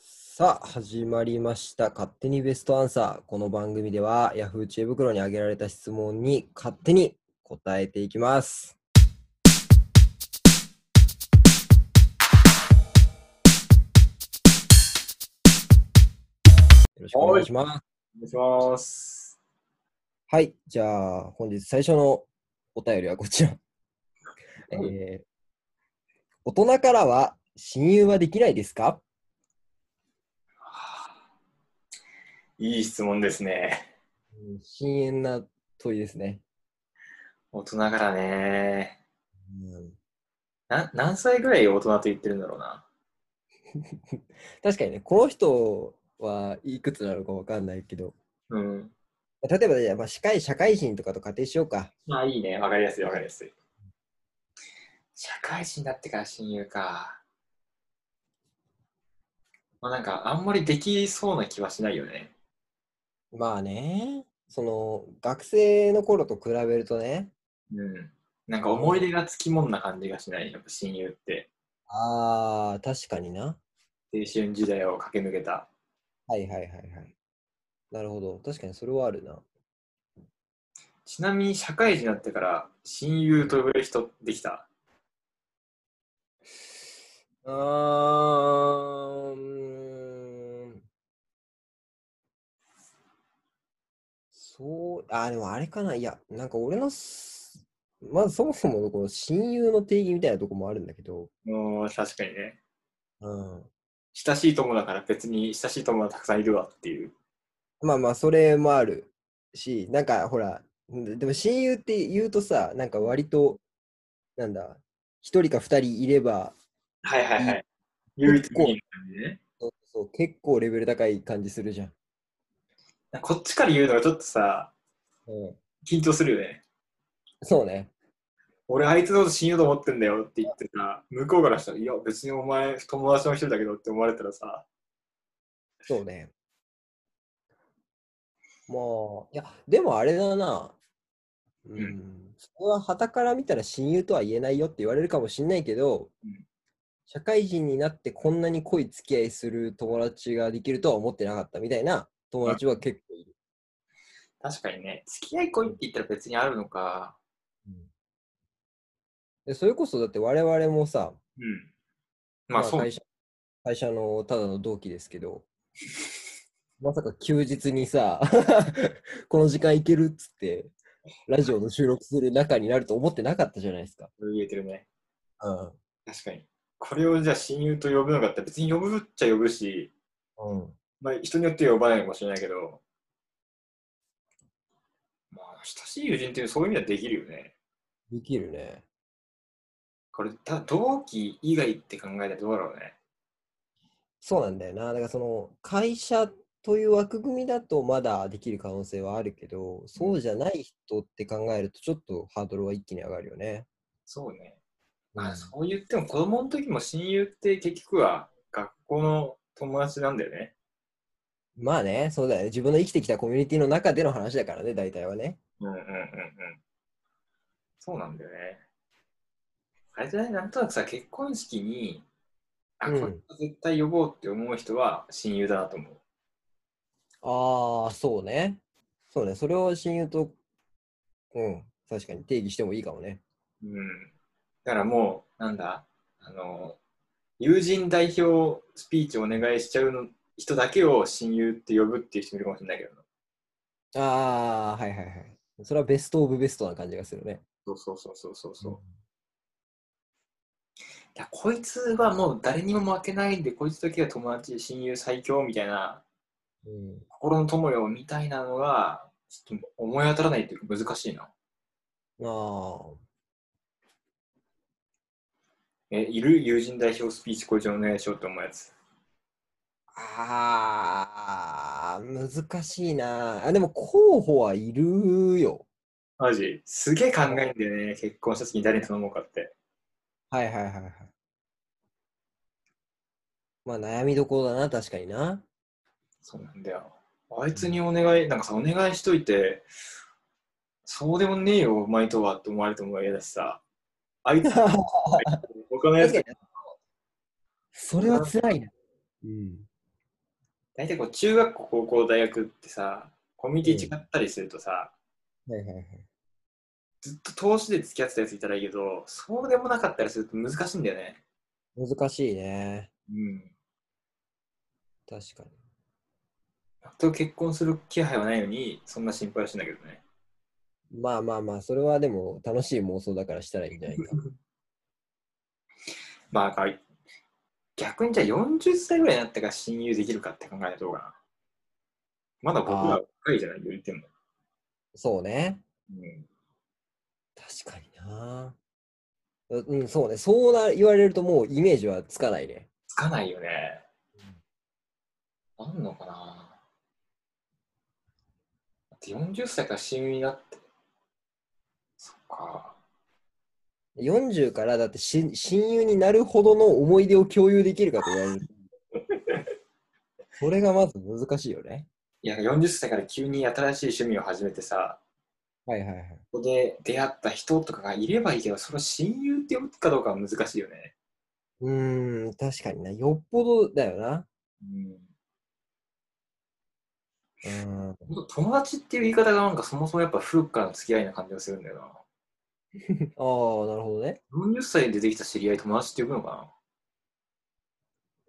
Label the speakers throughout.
Speaker 1: さあ、始まりました。勝手にベストアンサー。この番組では Yahoo 知恵袋に挙げられた質問に勝手に答えていきます。よろしくお願いします。
Speaker 2: お願いします。
Speaker 1: はい、じゃあ本日最初のお便りはこちら。えー、大人からは親友はできないですか
Speaker 2: いい質問ですね。
Speaker 1: 深淵な問いですね。
Speaker 2: 大人からね。うん、な何歳ぐらい大人と言ってるんだろうな。
Speaker 1: 確かにね、この人はいくつなのかわかんないけど。
Speaker 2: うん、
Speaker 1: 例えば、ね、まあ、社会社会人とかと仮定しようか。
Speaker 2: まあいいね、わかりやすいわかりやすい。社会人だってから親友か。まあ、なんかあんまりできそうな気はしないよね。
Speaker 1: まあね、その学生の頃と比べるとね。
Speaker 2: うん。なんか思い出がつきもんな感じがしない、やっぱ親友って。
Speaker 1: ああ、確かにな。
Speaker 2: 青春時代を駆け抜けた。
Speaker 1: はいはいはいはい。なるほど、確かにそれはあるな。
Speaker 2: ちなみに社会人になってから親友と呼べる人できた
Speaker 1: うーん。そう、あ、でもあれかな。いや、なんか俺の、まずそもそものこの親友の定義みたいなとこもあるんだけど。
Speaker 2: うん、確かにね。
Speaker 1: うん。
Speaker 2: 親しい友だから別に親しい友はたくさんいるわっていう。
Speaker 1: まあまあ、それもあるし、なんかほら、でも親友って言うとさ、なんか割と、なんだ、一人か二人いれば、
Speaker 2: はいはいはい。
Speaker 1: 唯一無二ね。そうそう結構レベル高い感じするじゃん。
Speaker 2: こっちから言うのがちょっとさ、
Speaker 1: うん、
Speaker 2: 緊張するよね。
Speaker 1: そうね。
Speaker 2: 俺、あいつのこと親友と思ってんだよって言ってさ、向こうからしたら、いや、別にお前、友達の一人だけどって思われたらさ。
Speaker 1: そうね。まあ、いや、でもあれだな。うん。うん、それは、はたから見たら親友とは言えないよって言われるかもしんないけど、
Speaker 2: うん
Speaker 1: 社会人になってこんなに濃い付き合いする友達ができるとは思ってなかったみたいな友達は結構いる。
Speaker 2: 確かにね、付き合い濃いって言ったら別にあるのか。うん、
Speaker 1: でそれこそだって我々もさ、
Speaker 2: うん、まあそう、
Speaker 1: 会社会社のただの同期ですけど、 まさか休日にさ、 この時間いけるっつって、ラジオの収録する中になると思ってなかったじゃないですか。
Speaker 2: 言えてるね。
Speaker 1: うん。
Speaker 2: 確かに。これをじゃあ親友と呼ぶのかって別に呼ぶっちゃ呼ぶし、
Speaker 1: うん、
Speaker 2: まあ人によっては呼ばないかもしれないけど、まあ親しい友人っていうそういう意味ではできるよね。
Speaker 1: できるね。
Speaker 2: これた同期以外って考えたらどうだろうね。
Speaker 1: そうなんだよな。だからその会社という枠組みだとまだできる可能性はあるけど、そうじゃない人って考えるとちょっとハードルは一気に上がるよね。
Speaker 2: そうね。まあそう言っても子供の時も親友って結局は学校の友達なんだよね。
Speaker 1: まあね、そうだよね。自分の生きてきたコミュニティの中での話だからね、大体はね。
Speaker 2: うんうんうんうん。そうなんだよね。あれじゃない、なんとなくさ、結婚式に、あ、これ絶対呼ぼうって思う人は親友だなと思
Speaker 1: う。うん、ああ、そうね。そうね。それを親友と、うん、確かに定義してもいいかもね。
Speaker 2: うん。だからもう、なんだ、あの、友人代表スピーチお願いしちゃうの人だけを親友って呼ぶっていう人もいるかもしれないけ
Speaker 1: ど。ああ、はいはいはい。それはベストオブベストな感じがするね。
Speaker 2: そうそうそうそうそうそう。うん、いやこいつはもう誰にも負けないんで、こいつだけは友達、親友最強みたいな、
Speaker 1: うん、
Speaker 2: 心の友よみたいなのが、ちょっと思い当たらないっていうか難しいな。あ
Speaker 1: あ。
Speaker 2: え、いる友人代表スピーチ、これお願いしようと思うやつ。
Speaker 1: あー、難しいなあ、でも候補はいるよ。
Speaker 2: マジすげえ考えんだよね、結婚した時に誰に頼もうかって。
Speaker 1: はいはいはいはい。まあ悩みどころだな、確かに な。
Speaker 2: そうなんだよ。あいつにお願い、なんかさ、お願いしといて、そうでもねえよ、お前とはって思われても嫌だしさ。あ いつ、他のやつ。
Speaker 1: それは辛いな。うん。
Speaker 2: 大体こう中学校、高校、大学ってさ、コミュニティ違ったりするとさ、
Speaker 1: はいはいはい。
Speaker 2: ずっと投資で付き合ってたやついたらいいけど、そうでもなかったりすると難しいんだよね。
Speaker 1: 難しいね。
Speaker 2: うん。
Speaker 1: 確かに。
Speaker 2: やっと結婚する気配はないのに、そんな心配はしないけどね。
Speaker 1: まあまあまあ、それはでも楽しい妄想だからしたらいいんじゃない か。
Speaker 2: まあ、だから逆にじゃあ40歳ぐらいになってから親友できるかって考えたらどうかな。まだ僕らは若いじゃないよ、言っても。
Speaker 1: そうね。
Speaker 2: うん。
Speaker 1: 確かにな。ううん、そうね。そうな言われるともうイメージはつかないね。
Speaker 2: つかないよね。あんのかなだって40歳から親友になって。そっか。
Speaker 1: 40からだってし親友になるほどの思い出を共有できるかと言われると。それがまず難しいよね。
Speaker 2: いや、40歳から急に新しい趣味を始めてさ、
Speaker 1: はいはいはい。
Speaker 2: ここで出会った人とかがいればいいけど、その親友って呼ぶかどうかは難しいよね。
Speaker 1: うーん、確かにな。よっぽどだよな。
Speaker 2: うん。
Speaker 1: うん。
Speaker 2: ほんと友達っていう言い方がなんかそもそもやっぱ古くからの付き合いな感じがするんだよな。
Speaker 1: ああ、なるほどね。
Speaker 2: 40歳でできた知り合い友達って呼ぶのか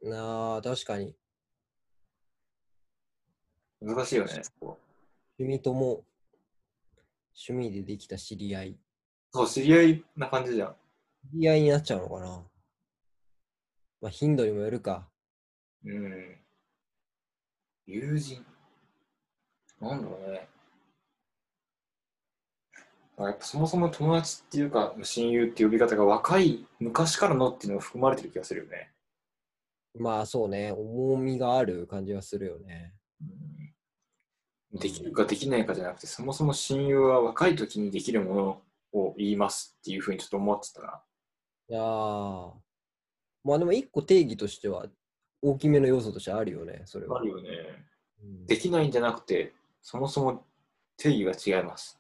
Speaker 1: なあ、確かに。
Speaker 2: な難しいよね。そこ
Speaker 1: 趣味とも、趣味でできた知り合い。
Speaker 2: そう、知り合いな感じじゃん。
Speaker 1: 知り合いになっちゃうのかな。まあ、頻度にもよるか。
Speaker 2: うん。友人。なんだろうね。まあやっぱそもそも友達っていうか、親友って呼び方が若い昔からのっていうのが含まれてる気がするよね。
Speaker 1: まあ、そうね。重みがある感じはするよね。
Speaker 2: うん、できるかできないかじゃなくて、そもそも親友は若い時にできるものを言いますっていうふうにちょっと思ってたな。
Speaker 1: いやーまあでも一個定義としては大きめの要素としてあるよね、それは。
Speaker 2: あるよね。
Speaker 1: うん
Speaker 2: できないんじゃなくて、そもそも定義が違います。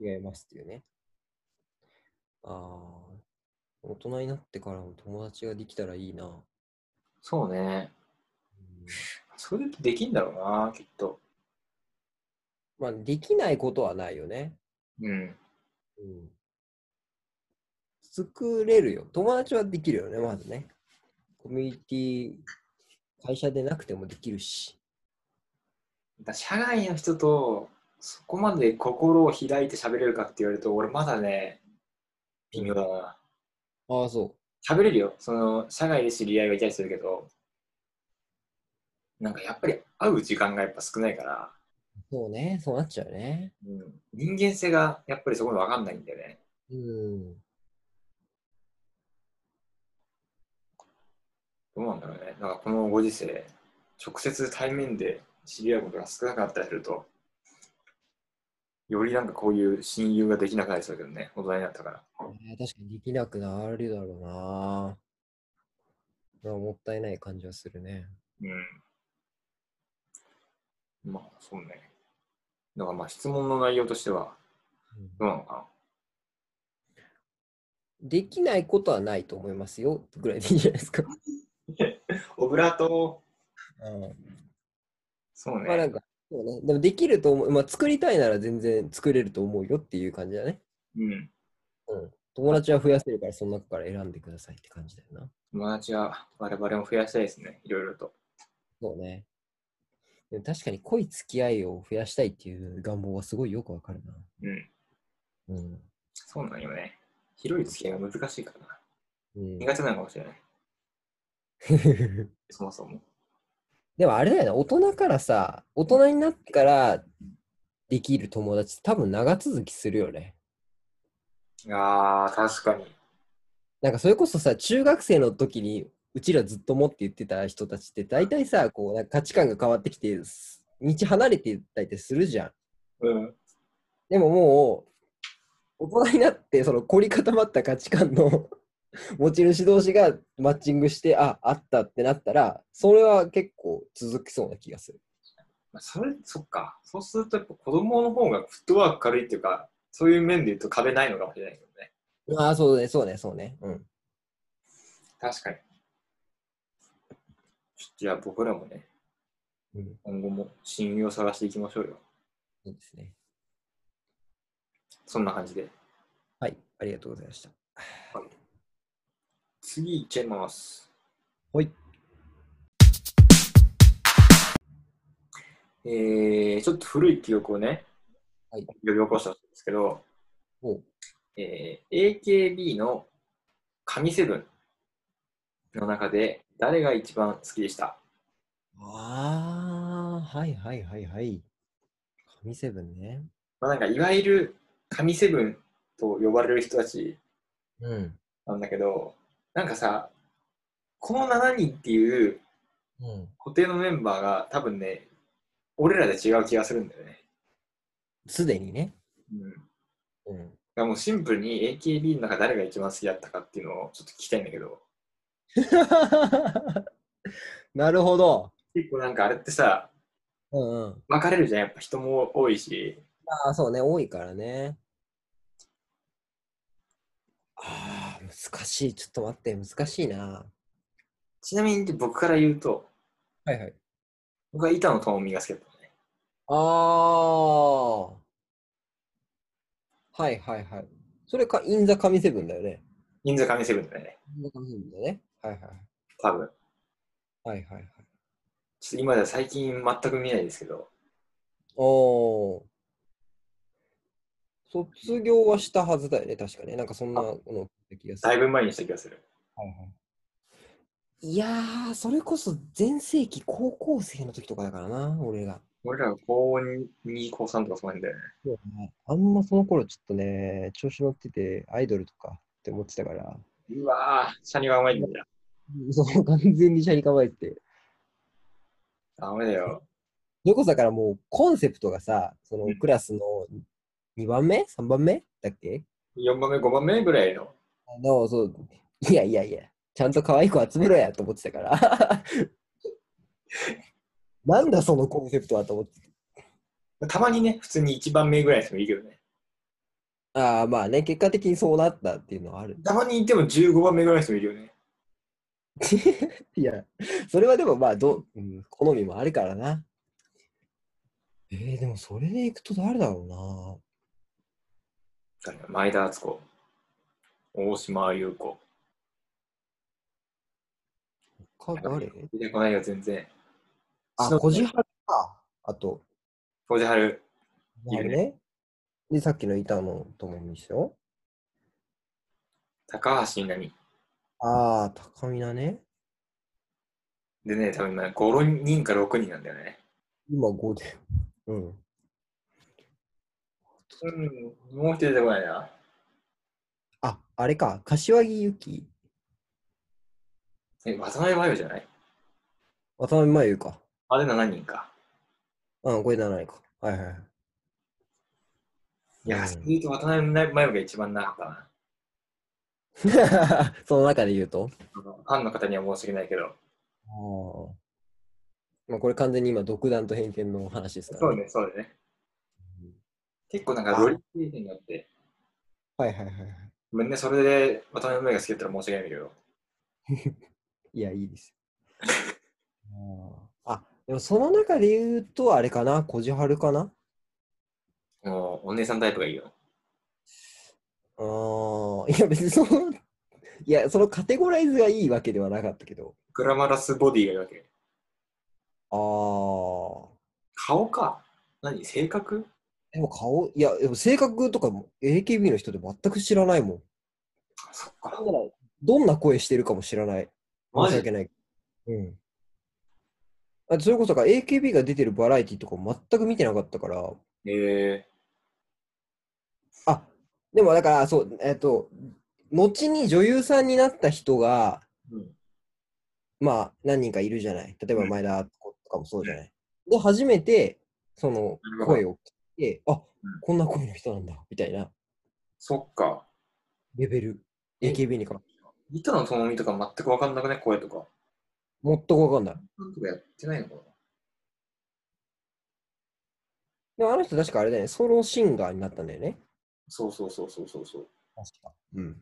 Speaker 1: 違いますっていうね。ああ、大人になってからも友達ができたらいいな。
Speaker 2: そうね。
Speaker 1: うん
Speaker 2: それでできんだろうな、きっと。
Speaker 1: まあできないことはないよね。
Speaker 2: うん。
Speaker 1: うん、作れるよ。友達はできるよね、まずね。コミュニティ、会社でなくてもできるし。
Speaker 2: だ社外の人とそこまで心を開いて喋れるかって言われると俺まだね微妙だな
Speaker 1: ああ、そ
Speaker 2: 喋れるよその社外で知り合いがいたりするけどなんかやっぱり会う時間がやっぱ少ないから、
Speaker 1: う。そうね、そうなっちゃうね。
Speaker 2: うん、人間性がやっぱりそこに分かんないんだよね
Speaker 1: うん。
Speaker 2: どうなんだろうねなんかこのご時世直接対面で知り合うことが少なかったりするとよりなんかこういう親友ができなくなりそうだけどね大人になったから
Speaker 1: ね確かにできなくなるだろうな。まあ、もったいない感じはするね。
Speaker 2: うん。まあ、そうね。だからまあ質問の内容としては、どうなのか
Speaker 1: できないことはないと思いますよぐらいでいいんじゃないですか。
Speaker 2: な。オブラート、そう
Speaker 1: まあな
Speaker 2: ね。
Speaker 1: んか、そうね、でもできると思う、まあ、作りたいなら全然作れると思うよっていう感じだね。
Speaker 2: うん。
Speaker 1: 友達は増やせるから、その中から選んでくださいって感じだよな。
Speaker 2: 友達は我々も増やしたいですね。いろいろと。
Speaker 1: そうね。でも確かに濃い付き合いを増やしたいっていう願望はすごいよくわかる
Speaker 2: うん。
Speaker 1: な。うん。
Speaker 2: そうなんよね。広い付き合いが難しいからな。
Speaker 1: うん、
Speaker 2: 苦手なのかもしれない。そもそも。
Speaker 1: でもあれだよね、大人からさ、大人になってからできる友達、多分長続きするよね。
Speaker 2: ああ、確かに。
Speaker 1: なんかそれこそさ、中学生の時に、うちらずっともって言ってた人たちって、大体さ、こう、なんか価値観が変わってきて、す道離れていったりってするじゃん。
Speaker 2: うん。
Speaker 1: でももう、大人になって、その凝り固まった価値観の 持ち主同士がマッチングして、あ、あったってなったら、それは結構続きそうな気がする。
Speaker 2: まあそれ、そっか。そうすると、やっぱ子供の方がフットワーク軽いっていうか、そういう面で言うと壁ないのかもしれないけどね。
Speaker 1: ああ、そうね、そうね、そうね。うん。
Speaker 2: 確かに。じゃあ僕らもね、
Speaker 1: うん。
Speaker 2: 今後も親友を探していきましょうよ。
Speaker 1: そうですね。
Speaker 2: そんな感じで。
Speaker 1: はい。ありがとうございました。
Speaker 2: 次いっちゃいます。
Speaker 1: はい。
Speaker 2: えー、ちょっと古い記憶をね、
Speaker 1: はい
Speaker 2: 呼び起こしたんですけど、
Speaker 1: おう
Speaker 2: えー AKB の神セブンの中で誰が一番好きでした
Speaker 1: ああ、はいはいはいはい。神セブンね。
Speaker 2: まあ、なんかいわゆる神セブンと呼ばれる人たち
Speaker 1: うん。
Speaker 2: なんだけど、なんかさ、この7人っていう
Speaker 1: うん。
Speaker 2: 固定のメンバーが多分ね、俺らで違う気がするんだよね。
Speaker 1: すでにね。
Speaker 2: うん。だか
Speaker 1: うん。
Speaker 2: らもうシンプルに AKB の中誰が一番好きだったかっていうのをちょっと聞きたいんだけど、
Speaker 1: なるほど。
Speaker 2: 結構なんかあれってさ、
Speaker 1: うんうん。
Speaker 2: 分かれるじゃん、やっぱ人も多いし、
Speaker 1: ああ、そうね。多いからね。ああ、難しい。ちょっと待って。難しいな。
Speaker 2: ちなみに僕から言うと、
Speaker 1: はいはい。
Speaker 2: 僕は板野友美が好きだったのね。
Speaker 1: ああ。はいはいはい。それか、インザ神セブンだよね。
Speaker 2: 銀座神セブンだよね、
Speaker 1: インザ神セブンだね。はいはい。
Speaker 2: 多分。
Speaker 1: はいはいはい。
Speaker 2: ちょっと今では最近全く見ないですけど、
Speaker 1: おお。卒業はしたはずだよね、確かね。なんかそんなのを聞いた気がす
Speaker 2: だい
Speaker 1: る。
Speaker 2: ぶ前にした気がする。
Speaker 1: いやー、それこそ全盛期高校生の時とかだからな、俺が。
Speaker 2: 俺らが高2、高3とかそうなんだよね。
Speaker 1: あんまその頃ちょっとね、調子乗ってて、アイドルとかって思ってたから、
Speaker 2: うわぁ、シャニが甘いんだよ。
Speaker 1: そう完全に車に構えてて。
Speaker 2: ダメだよ。
Speaker 1: それこそだからもうコンセプトがさ、その
Speaker 2: うん
Speaker 1: クラスの2番目 ?3 番目だっけ
Speaker 2: 4番目、5番目ぐらいの。
Speaker 1: の、そう、いやいやいや、ちゃんと可愛い子集めろやと思ってたから。 なんだそのコンセプトはと思って。
Speaker 2: たまにね、普通に1番目ぐらいの人もいるけどね。
Speaker 1: ああ、まあね、結果的にそうなったっていうのはある。
Speaker 2: たまにいても15番目ぐらいの人もいるよね。
Speaker 1: いや、それはでもまあど、うん、好みもあるからな。えー、でもそれでいくと誰だろ
Speaker 2: 誰だ前田敦子、大島優子。
Speaker 1: うな。か誰
Speaker 2: 出てこないよ、全然。
Speaker 1: あ、
Speaker 2: 篠
Speaker 1: 小じはるか。あと、
Speaker 2: 小路春。い
Speaker 1: あ
Speaker 2: る
Speaker 1: れ
Speaker 2: ね
Speaker 1: ね。で、さっきの板の友美でしょ。
Speaker 2: 高橋みなみ。
Speaker 1: ああ、高見だね。
Speaker 2: でね、多分今、5人か6人なんだよね。
Speaker 1: 今5で。うん。
Speaker 2: うん、もう一人出てこないな。
Speaker 1: あ、あれか、柏木由紀、
Speaker 2: え、渡辺真由じゃない
Speaker 1: 渡辺真由か。
Speaker 2: あれ7人か。
Speaker 1: うん、これ7位か。はいはいはい。
Speaker 2: いや、
Speaker 1: うん
Speaker 2: それで言うと渡辺真由が一番なかったな。
Speaker 1: その中で言うと。
Speaker 2: あのファンの方には申し訳ないけど。
Speaker 1: あーまあ、これ完全に今、独断と偏見の話ですか
Speaker 2: そ
Speaker 1: ら、
Speaker 2: う
Speaker 1: ね。
Speaker 2: ね、そうだね
Speaker 1: うん。
Speaker 2: 結構なんかロリテーションによって、
Speaker 1: はいはいはいはい。
Speaker 2: ごめんね、それで渡辺真由が好きだったら申し訳ないんだけど。
Speaker 1: いや、いいですよ。 あーあ、でもその中で言うと、あれかな、小じはるかな。
Speaker 2: もうお姉さんタイプがいいよ。
Speaker 1: あーいや、別にその、いや、そのカテゴライズがいいわけではなかったけど。
Speaker 2: グラマラスボディがいいわけ。
Speaker 1: ああ。
Speaker 2: 顔か何性格
Speaker 1: でも顔、いや、でも性格とかも AKB の人で全く知らないもん。
Speaker 2: あそっか。
Speaker 1: だからどんな声してるかも知らない。
Speaker 2: マ
Speaker 1: 申
Speaker 2: ジ
Speaker 1: し
Speaker 2: で
Speaker 1: 訳ない。うん。あそれこそだから AKB が出てるバラエティとか全く見てなかったから。
Speaker 2: え
Speaker 1: あ、でもだから、そう、えっと、後に女優さんになった人が、
Speaker 2: ーうん、
Speaker 1: まあ、何人かいるじゃない。例え
Speaker 2: う
Speaker 1: ば
Speaker 2: ん
Speaker 1: 前田敦子とかもそうじゃない。で、初めて、その
Speaker 2: なるほど
Speaker 1: 声を聞いて、あ、こんな声の人なんだ、みたいな
Speaker 2: そっか。
Speaker 1: レベル。
Speaker 2: え
Speaker 1: AKB にか
Speaker 2: 板野友美とか全く分かんなくね声とか。
Speaker 1: もっとわかんない。
Speaker 2: なんとかやってないのかな
Speaker 1: でもあの人確かあれだよね、ソロシンガーになったんだよね。
Speaker 2: そうそうそうそうそうそう。
Speaker 1: 確か。うん。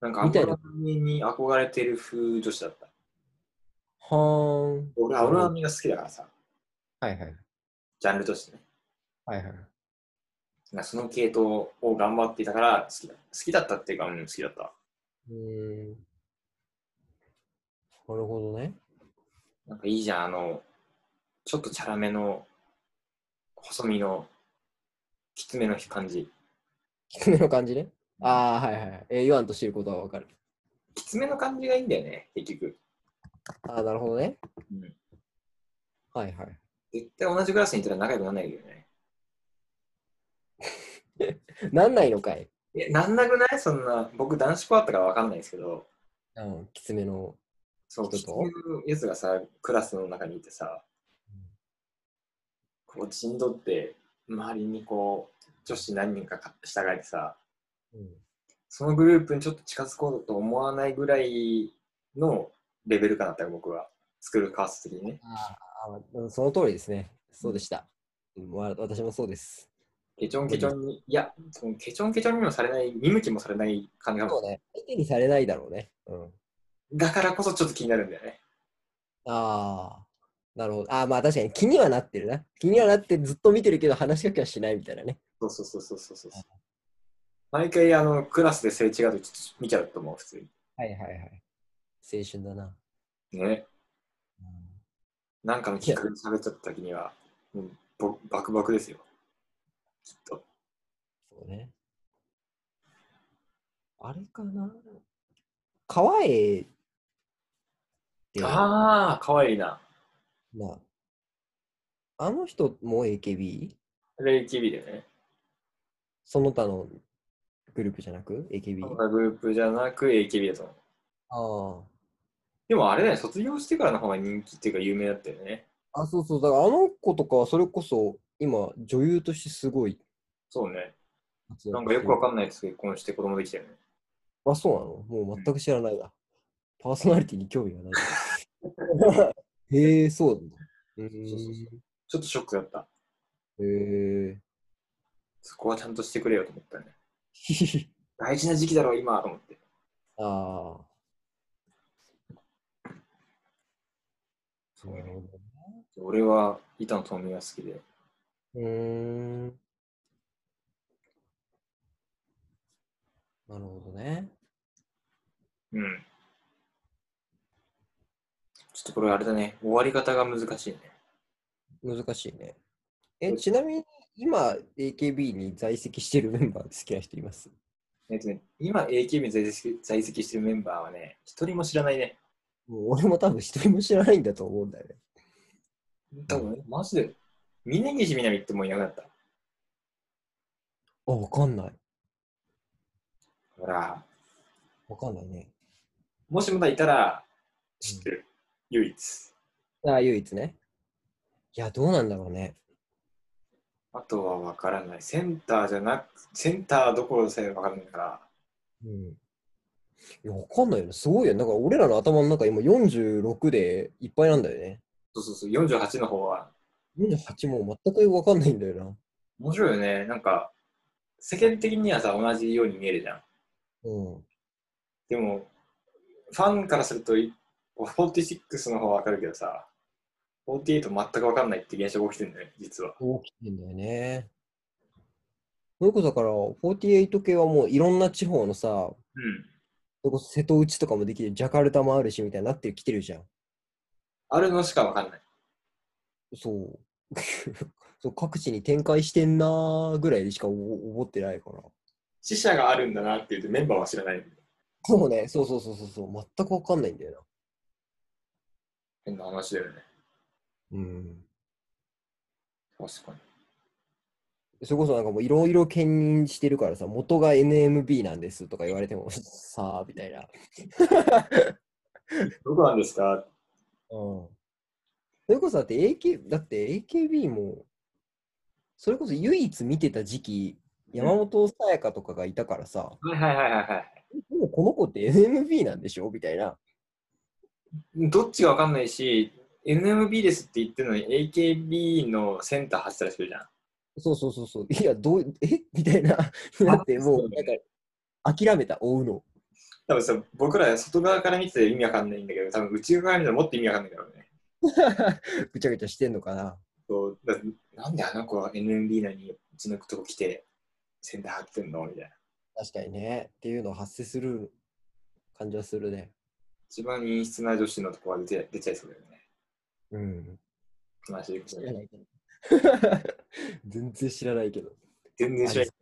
Speaker 2: なんか
Speaker 1: みたい
Speaker 2: 憧
Speaker 1: な
Speaker 2: れに憧れてる風女子だった。
Speaker 1: はーん。
Speaker 2: 俺、アオラミが好きだからさ。
Speaker 1: はいはい。
Speaker 2: ジャンルとしてね。
Speaker 1: はいはい。
Speaker 2: なんかその系統を頑張っていたから好きだ。好きだったっていうか、うん、好きだった。
Speaker 1: うーん。なるほどね。
Speaker 2: なんかいいじゃん、あの、ちょっとチャラめの、細身の、きつめの感じ。
Speaker 1: 低めの感じね。ああ、はいはい。えー、言わんとしてることはわかる。
Speaker 2: きつめの感じがいいんだよね、結局。
Speaker 1: ああ、なるほどね。
Speaker 2: うん
Speaker 1: はいはい。
Speaker 2: 絶対同じクラスにいたら仲良くならないけどね。
Speaker 1: なんないのかい。
Speaker 2: え、なんなくないそんな、僕男子校だったからわかんないですけど、
Speaker 1: うん、きつめの。
Speaker 2: そう、
Speaker 1: 人と
Speaker 2: きつめのやつがさ、クラスの中にいてさ、こう陣取って、周りにこう、女子何人かか従えてさ、
Speaker 1: うん、
Speaker 2: そのグループにちょっと近づこうと思わないぐらいのレベルかなって僕は。スクールカースト的にね。
Speaker 1: あーあー、その通りですね。そうでした。うんわ私もそうです。
Speaker 2: ケチョンケチョンに、いや、そのケチョンケチョンにもされない、見向きもされない感じが
Speaker 1: そうね。相手にされないだろうね。うん。
Speaker 2: だからこそちょっと気になるんだよね。
Speaker 1: ああ、なるほど。ああ、まあ確かに気にはなってるな。気にはなってずっと見てるけど話しかけはしないみたいなね。
Speaker 2: そうそうそうそうそうそう。毎回あのクラスですれ違うとちょっと見ちゃうと思う、普通
Speaker 1: はいはいはい。青春だな。
Speaker 2: に。ね。
Speaker 1: うん
Speaker 2: なんかのきっかけで喋っちゃった時には、もうぼバクバクですよ。きっと。
Speaker 1: そうね。あれかな川栄って、ま
Speaker 2: ああ、かわいいな。
Speaker 1: あ、あの人も AKB?
Speaker 2: レイキビでね。
Speaker 1: その他のグループじゃなく ?AKB?
Speaker 2: こん
Speaker 1: あ
Speaker 2: なグループじゃなく AKB だと思う。
Speaker 1: あ。
Speaker 2: でもあれだよ、卒業してからの方が人気っていうか有名だったよね。
Speaker 1: あ、そうそう。だからあの子とかはそれこそ今女優としてすごい
Speaker 2: そうね。
Speaker 1: 活躍してる。
Speaker 2: なんかよくわかんないです結婚して子供できたよね。
Speaker 1: あ、そうなのもう全く知らないわ。パーソナリティに興味 がない。へえ、そうなんだ。う
Speaker 2: そうそうそ
Speaker 1: ー
Speaker 2: ちょっとショックだった。
Speaker 1: ん。へ
Speaker 2: そこはちゃんとしてくれよと思ったね。
Speaker 1: え。
Speaker 2: 大事な時期だろ、今と思って。
Speaker 1: ああ。
Speaker 2: そう
Speaker 1: なるほ
Speaker 2: 俺は板野友美が好きで。
Speaker 1: ど。うーん。なるほどね。
Speaker 2: うん。ちょっとこれあれだね。終わり方が難しいね。
Speaker 1: 難しいね。え、ちなみに今 AKB に在籍してるメンバーで好きな人います
Speaker 2: えっとね、今 AKB に在籍在籍してるメンバーはね、一人も知らないね。
Speaker 1: もう俺も多分一人も知らないんだと思うんだよね。
Speaker 2: 多分、ね、マジで、峯岸みなみってもういなくなった。
Speaker 1: あ、わかんない。
Speaker 2: ほら、
Speaker 1: わかんないね。
Speaker 2: もしまだいたら知ってる。唯一。
Speaker 1: ああ、唯一ね。いや、どうなんだろうね。
Speaker 2: あとはわからない。センターじゃなく、センターどころさえわからないから、
Speaker 1: うん。いや、わかんないよね。すごいよね。なんか俺らの頭の中今46でいっぱいなんだよね。
Speaker 2: そうそうそう、48の方は、
Speaker 1: 48も全くわかんないんだよな。
Speaker 2: 面白いよね。なんか、世間的にはさ、同じように見えるじゃん。
Speaker 1: うん。
Speaker 2: でも、ファンからすると、い46の方はわかるけどさ、48全くわかんないって現象が起きてるんだよね、実は。
Speaker 1: 大きいんだよね。それこそだから、48系はもういろんな地方のさ、そ
Speaker 2: うん。
Speaker 1: れこそ瀬戸内とかもできる、ジャカルタもあるしみたいになってきてるじゃん。
Speaker 2: あるのしかわかんない。
Speaker 1: そう。 そう各地に展開してんなーぐらいでしかお思ってないから。
Speaker 2: 死者があるんだなって言ってメンバーは知らない。
Speaker 1: そうね、そうそうそうそうそう、全くわかんないんだよ
Speaker 2: 変な話だよね。
Speaker 1: な。うん。
Speaker 2: 確かに。
Speaker 1: それこそなんかもういろいろ兼任してるからさ、元が NMB なんですとか言われても、さあ、みたいな。
Speaker 2: どこなんですか
Speaker 1: うん。それこそだって AK、だって AKB も、それこそ唯一見てた時期、山本さやかとかがいたからさ、
Speaker 2: はいはいはいはいはい。
Speaker 1: でもこの子って NMB なんでしょみたいな。
Speaker 2: どっちがわかんないし、NMB ですって言ってるのに AKB のセンター走ったらしてるじゃん。
Speaker 1: そうそうそうそう。いや、どう、えみたいな。だってもう、なんか、諦めた、追うの。
Speaker 2: 多分さ、僕ら外側から見てて意味わかんないんだけど、多分内側から見たらもっと意味わかんないだろうね。
Speaker 1: ぐちゃぐちゃしてんのかな。
Speaker 2: そうだなんであの子は NMB なのにうちのとこ来てセンター張ってんのみたいな。
Speaker 1: 確かにね。っていうのを発生する感じはするね。
Speaker 2: 一番陰湿な女子のとこは出て出ちゃいそうだよね。
Speaker 1: うん。
Speaker 2: まあ知りません
Speaker 1: 知らないけど。 全然知らないけど。
Speaker 2: 全然知らない。
Speaker 1: うん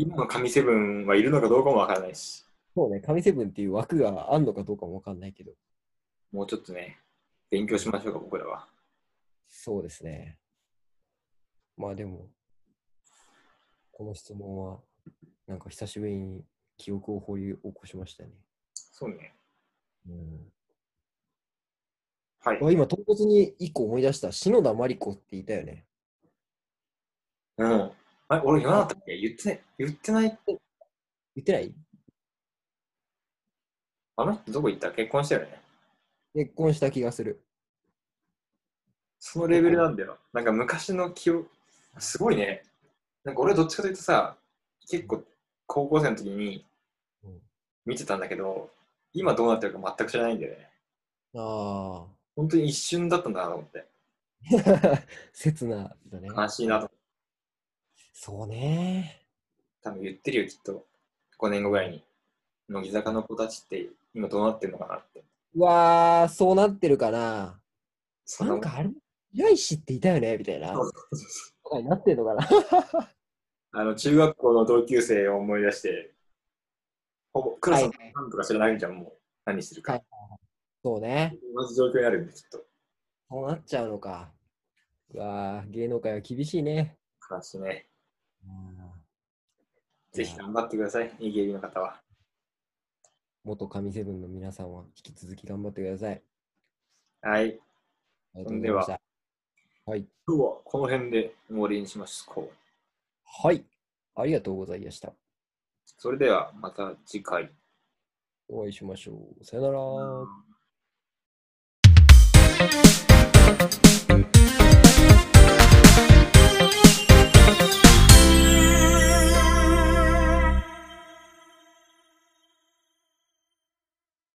Speaker 2: 今の神セブンはいるのかどうかもわからないし、
Speaker 1: そうね、神セブンっていう枠があんのかどうかもわかんないけど。
Speaker 2: もうちょっとね、勉強しましょうか、僕らは。
Speaker 1: そうですね。まあでも、この質問は、なんか久しぶりに記憶を掘り起こしましたね。
Speaker 2: そうね。
Speaker 1: うん
Speaker 2: はい。
Speaker 1: あ今、唐突に一個思い出した。篠田麻里子って言ったよね。
Speaker 2: うん。あれ俺言わなかったっけ言ってない。言ってない。
Speaker 1: 言ってない
Speaker 2: あの人どこ行った結婚したよね。
Speaker 1: 結婚した気がする。
Speaker 2: そのレベルなんだよ。なんか昔の記憶、すごいね。なんか俺どっちかというとさ、結構高校生の時に
Speaker 1: うん
Speaker 2: 見てたんだけど、今どうなってるか全く知らないんだよね。
Speaker 1: あ
Speaker 2: 本当に一瞬だったんだなと思って。
Speaker 1: あ。刹那だね。
Speaker 2: 悲しいなと思って。
Speaker 1: そうね。
Speaker 2: 多分言ってるよ、きっと。5年後ぐらいに。乃木坂の子たちって今どうなってるのかなって。
Speaker 1: うわあ、そうなってるかな。
Speaker 2: そん
Speaker 1: な
Speaker 2: なん
Speaker 1: かあれ、白石っていたよねみたいな。
Speaker 2: そう
Speaker 1: とかになってんのかな。
Speaker 2: あの中学校の同級生を思い出して、ほぼクラスの
Speaker 1: はい
Speaker 2: 何とか知らないじゃん、もう何してるか。
Speaker 1: はいそうね。
Speaker 2: 同じ状況になるんで、きっと。
Speaker 1: そうなっちゃうのか。うわあ、芸能界は厳しいね。
Speaker 2: 悲しいね。
Speaker 1: うん
Speaker 2: ぜひ頑張ってください、EKB の方は。
Speaker 1: 元神セブンの皆さんは引き続き頑張ってください。
Speaker 2: はい。
Speaker 1: ありがとうございました。はい。
Speaker 2: 今日はこの辺で終わりにします。こう
Speaker 1: はい。ありがとうございました。
Speaker 2: それではまた次回。
Speaker 1: お会いしましょう。さよなら。